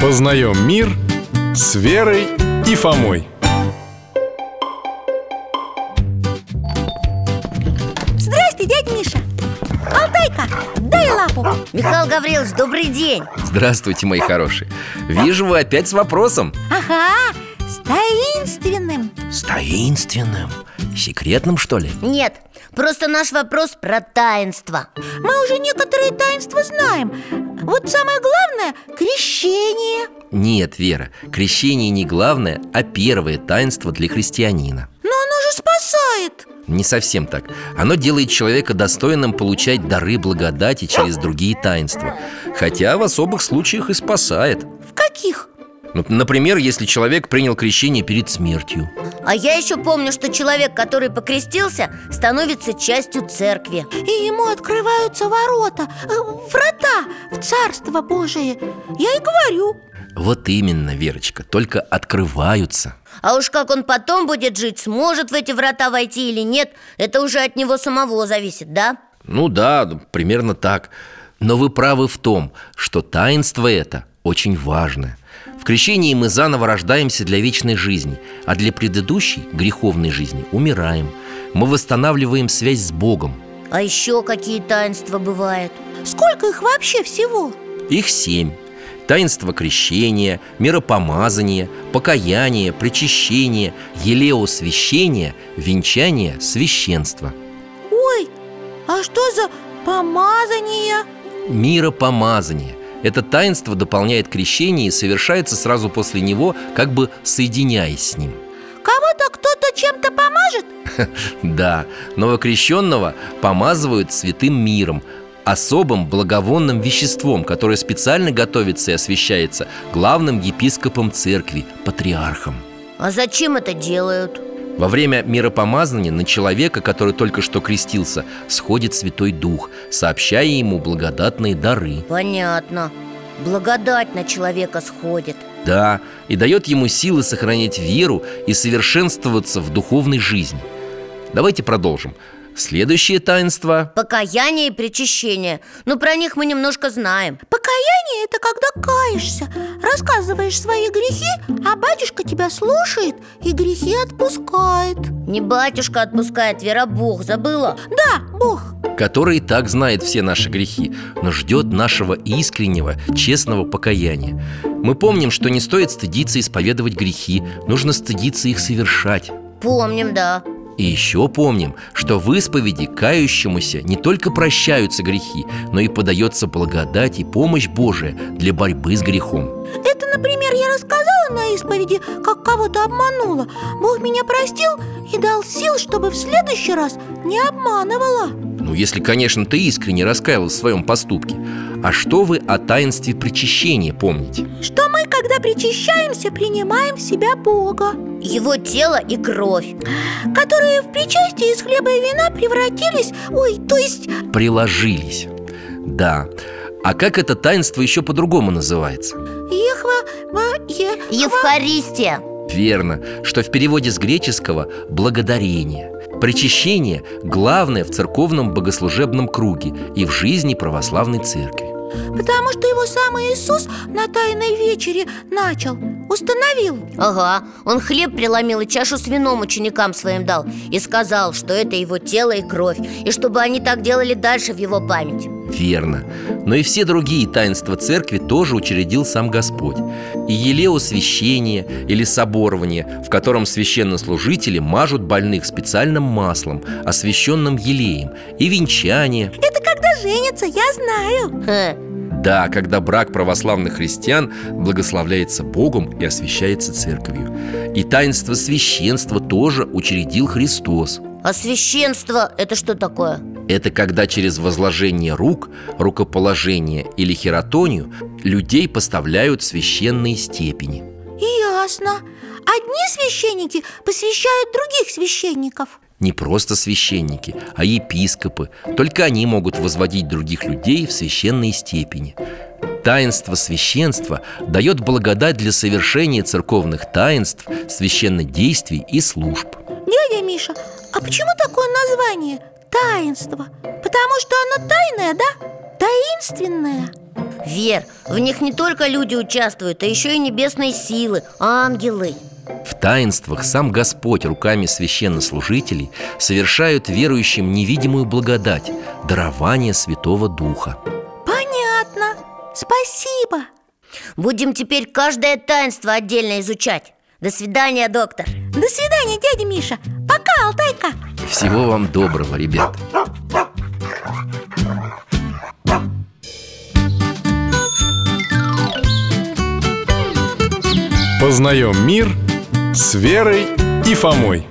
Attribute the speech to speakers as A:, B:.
A: Познаем мир с Верой и Фомой.
B: Здрасте, дядь Миша Алтайка, дай лапу
C: Михаил Гаврилович, добрый день
D: Здравствуйте, мои хорошие Вижу, вы опять с вопросом
B: Ага, с таинственным
D: С таинственным? Секретным, что ли?
C: Нет, просто наш вопрос про таинство
B: Мы уже некоторые таинства знаем Вот самое главное – крещение
D: Нет, Вера, крещение не главное, а первое таинство для христианина
B: Но оно же спасает
D: Не совсем так Оно делает человека достойным получать дары благодати через другие таинства Хотя в особых случаях и спасает
B: В каких?
D: Ну, Например, если человек принял крещение перед смертью
C: А я еще помню, что человек, который покрестился, становится частью церкви
B: И ему открываются ворота, э, врата в Царство Божие Я и говорю
D: Вот именно, Верочка, только открываются
C: А уж как он потом будет жить, сможет в эти врата войти или нет Это уже от него самого зависит, да?
D: Ну да, ну, примерно так. Но вы правы в том, что таинство это очень важное. В крещении мы заново рождаемся для вечной жизни, а для предыдущей, греховной жизни, умираем. Мы восстанавливаем связь с Богом.
C: А еще какие таинства бывают
B: Сколько их вообще всего?
D: Их семь. Таинство крещения, миропомазание, покаяние, причащение, елеосвящение, венчание, священство.
B: Ой, а что за помазание?
D: Миропомазание Это таинство дополняет крещение и совершается сразу после него, как бы соединяясь с ним
B: Кого-то кто-то чем-то помажет?
D: Да, новокрещенного помазывают святым миром Особым благовонным веществом, которое специально готовится и освящается главным епископом церкви, патриархом
C: А зачем это делают?
D: во время миропомазания на человека, который только что крестился, сходит Святой Дух, сообщая ему благодатные дары.
C: Понятно Благодать на человека сходит
D: Да, и дает ему силы сохранять веру и совершенствоваться в духовной жизни. Давайте продолжим. Следующее таинство.
C: Покаяние и причащение Ну, про них мы немножко знаем
B: Покаяние – это когда каешься, рассказываешь свои грехи, а батюшка тебя слушает и грехи отпускает
C: Не батюшка отпускает, Вера, Бог забыла
B: Да, Бог
D: который и так знает все наши грехи, но ждет нашего искреннего, честного покаяния. Мы помним, что не стоит стыдиться исповедовать грехи, нужно стыдиться их совершать.
C: Помним, да
D: И еще помним, что в исповеди кающемуся не только прощаются грехи, но и подается благодать и помощь Божия для борьбы с грехом.
B: Это, например, я рассказала на исповеди, как кого-то обманула Бог меня простил и дал сил, чтобы в следующий раз не обманывала
D: Ну, если, конечно, ты искренне раскаялась в своем поступке А что вы о таинстве причащения помните?
B: Что мы, когда причащаемся, принимаем в себя Бога
C: Его тело и кровь
B: Которые в причастии из хлеба и вина превратились, ой, то есть
D: Приложились Да А как это таинство еще по-другому называется?
B: Ехва, ва- е-
C: Евхаристия
D: Верно, что в переводе с греческого «благодарение» Причащение – главное в церковном богослужебном круге и в жизни православной церкви
B: Потому что его сам Иисус на тайной вечере начал Установил
C: Ага, он хлеб преломил и чашу с вином ученикам своим дал И сказал, что это его тело и кровь И чтобы они так делали дальше в его память
D: Верно. Но и все другие таинства церкви тоже учредил сам Господь. И елеосвящение или соборование, в котором священнослужители мажут больных специальным маслом, освященным елеем, и венчание.
B: Это когда женятся, я знаю
C: Хе,
D: Да, когда брак православных христиан благословляется Богом и освящается церковью. И таинство священства тоже учредил Христос.
C: А священство – это что такое?
D: Это когда через возложение рук, рукоположение или хератонию людей поставляют священные степени.
B: Ясно Одни священники посвящают других священников
D: Не просто священники, а епископы. Только они могут возводить других людей в священные степени. Таинство священства дает благодать для совершения церковных таинств, священнодействий и служб.
B: Дядя Миша, а почему такое название? Таинство Потому что оно тайное, да? Таинственное
C: Вер, в них не только люди участвуют, а еще и небесные силы, ангелы
D: В таинствах сам Господь руками священнослужителей совершают верующим невидимую благодать, дарование Святого Духа.
B: Понятно. Спасибо.
C: Будем теперь каждое таинство отдельно изучать До свидания, доктор
B: До свидания, дядя Миша. Пока, Алтайка.
D: Всего вам доброго, ребят!
A: Познаем мир с Верой и Фомой.